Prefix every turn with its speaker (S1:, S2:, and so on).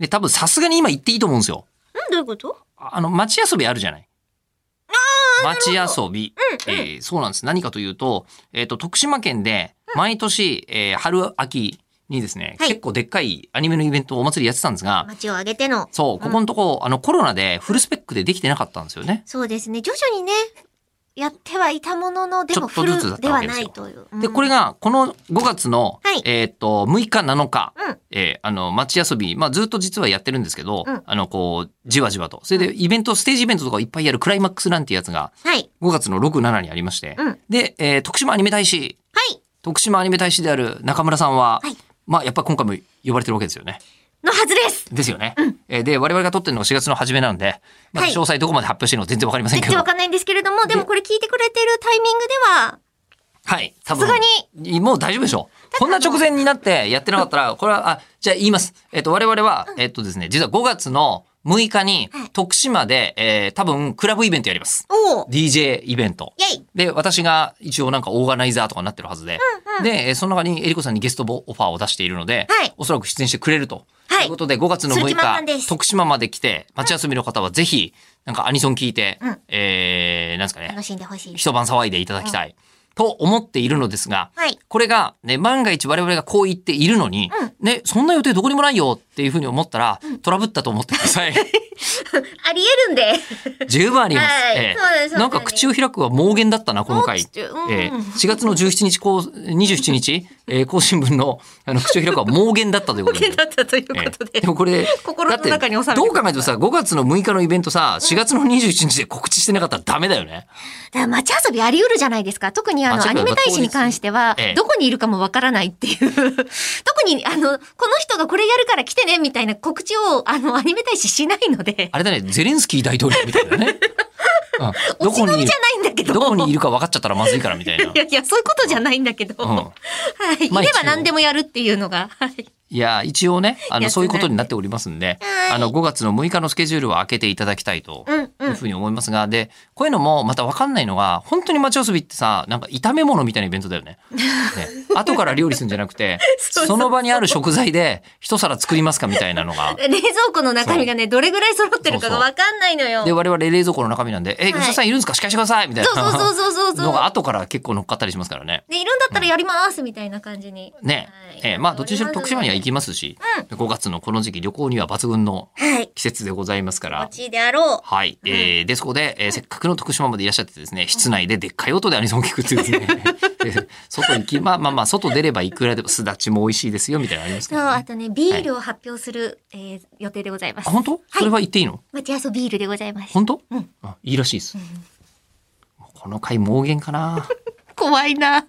S1: え、多分さすがに今言っていいと思うんですよ。
S2: んどういうこと
S1: あの、街遊びあるじゃない。街遊び、えーそうなんです。何かというと、えっ、と、徳島県で、毎年、えー春秋にですね、
S2: はい
S1: 結構でっかいアニメのイベント、お祭りやってたんですが、
S2: 街を挙げての。
S1: そう、ここのとこ、あの、コロナでフルスペックでできてなかったんですよね。
S2: そうですね。徐々にね、やってはいたものの、でも
S1: ちょ
S2: フ
S1: っとずつだ
S2: ル
S1: っ
S2: で
S1: たわ
S2: は
S1: けで
S2: な
S1: すよ
S2: いという。
S1: で、これ
S2: が、
S1: が、この5月の、
S2: はい
S1: えっ、と、6日、7日、
S2: うん
S1: えーあの、街遊び、まあ、ずっと実はやってるんですけど、
S2: うん
S1: あの、こう、じわじわと。それで、イベント、ステージイベントとかをいっぱいやるクライマックスなんてやつが、
S2: はい。
S1: 5月の6、7にありまして、
S2: うん
S1: で、えー徳島アニメ大使、
S2: はい。
S1: 徳島アニメ大使である中村さんは、
S2: はい
S1: まあやっぱり今回も呼ばれてるわけですよね。
S2: のはずです。
S1: ですよね。えーで我々が撮ってるのが4月の初めなので、まだ詳
S2: はい
S1: 細どこまで発表してるのか全然わかりません
S2: 全
S1: けど、
S2: 然
S1: はい、
S2: わかんないんですけれども、でもこれ聞いてくれてるタイミングでは、
S1: 多
S2: さすが
S1: にもう大丈夫でしょう。こんな直前になってやってなかったら、これはあじゃあ言います。えっ、と我々はえっ、とですね、実は5月の6日に
S2: はい
S1: 徳島で、えー多分クラブイベントやります。
S2: おお、
S1: DJ イベント。
S2: イェイ
S1: で、私が一応なんかオーガナイザーとかになってるはずで、で、えーその中にえりこさんにゲストボオファーを出しているので、
S2: はい
S1: おそらく出演してくれると。
S2: はい
S1: ということで、5月の
S2: する
S1: 6
S2: 気満々で
S1: 日、
S2: す
S1: 徳島まで来て、街休みの方はぜひ、なんかアニソン聞いて、
S2: うん
S1: えー、なんですかね
S2: 楽、しんでほしい。
S1: 一晩騒いでいただきたい、と思っているのですが、
S2: はい。
S1: これが、ね、万が一我々がこう言っているのに、
S2: うん
S1: ね、そんな予定どこにもないよっていうふうに思ったら、トラブったと思ってくださ い。
S2: ありえるんで。
S1: 十分あります。
S2: はい
S1: ええ
S2: そうですそうです
S1: なんか口を開くは盲言だったな、この回。
S2: もう口うん
S1: ええ4月の17日、こう27日、 えー、更新分のあの口を開くは盲言だったということで。
S2: だったという
S1: ええでもこれ、
S2: 心の中に収めてください
S1: だってどう考えてもさ、5月の6日のイベントさ、4月の21日で告知してなかったらダメだよね。
S2: だから街遊びあり得るじゃないですか。特にあの、
S1: 街
S2: ア
S1: 遊び
S2: ニメ大使に関しては
S1: ええ、
S2: どこにいるかもわからないっていう。 特に、あの、この人がこれやるから来てね、みたいな告知を、あの、アニメ大使しないので、
S1: あれだね、ゼレンスキー大統領みたいな ね。うん
S2: お忍びじゃないんだけど。
S1: どこにいるか分かっちゃったらまずいからみたいな。
S2: いやいや、そういうことじゃないんだけど。
S1: うん
S2: はい。い
S1: まあ
S2: れば
S1: 一応
S2: 何でもやるっていうのが。はい。
S1: いや、一応ね、あ
S2: やってな
S1: の、
S2: い
S1: そういうことになっておりますんで、
S2: はい
S1: あの、5月の6日のスケジュールは開けていただきたいと
S2: うんう。
S1: いうんふうに思いますが、で、こういうのもまた分かんないのが、本当に街遊びってさ、なんか炒め物みたいなイベントだよ ね。ね後から料理するんじゃなくて、
S2: そうそ
S1: そ
S2: う
S1: の場にある食材で一皿作りますかみたいなの が。
S2: 冷蔵庫の中身がね、どれぐらい揃ってるかがわかんないのよ。
S1: で、
S2: そう
S1: 我々冷蔵庫の中身なんで、え、
S2: はい
S1: 吉田さんいるんですか司会してくださいみたいな
S2: そうそうそうそ う
S1: のが
S2: そう。
S1: 後から結構乗っかったりしますからね。
S2: で、いるんだったらやります、みたいな感じに。
S1: ね。
S2: はい
S1: ええまあ、どっちにしろ徳島には行きますし、5月のこの時期旅行には抜群の
S2: はい。
S1: 季節でございますから
S2: 持。ちであろう。
S1: はい。えー、で、そこで、えー、せっかくの徳島までいらっしゃってですね、室内ででっかい音でアニソンを聞くっていうです ね。で外行き、まあまあまあ、外出ればいくらでも、すだちも美味しいですよ、みたいなのありますけ
S2: そう、
S1: ど、
S2: あ
S1: ね。
S2: とね、ビールを発表する、えー予定でございます
S1: あ、。本当それは言っていいの、
S2: 待ち合わせビールでございます。
S1: 本当
S2: うん
S1: あ、いいらしいです。もうこの回、盲言かな。
S2: 怖いな。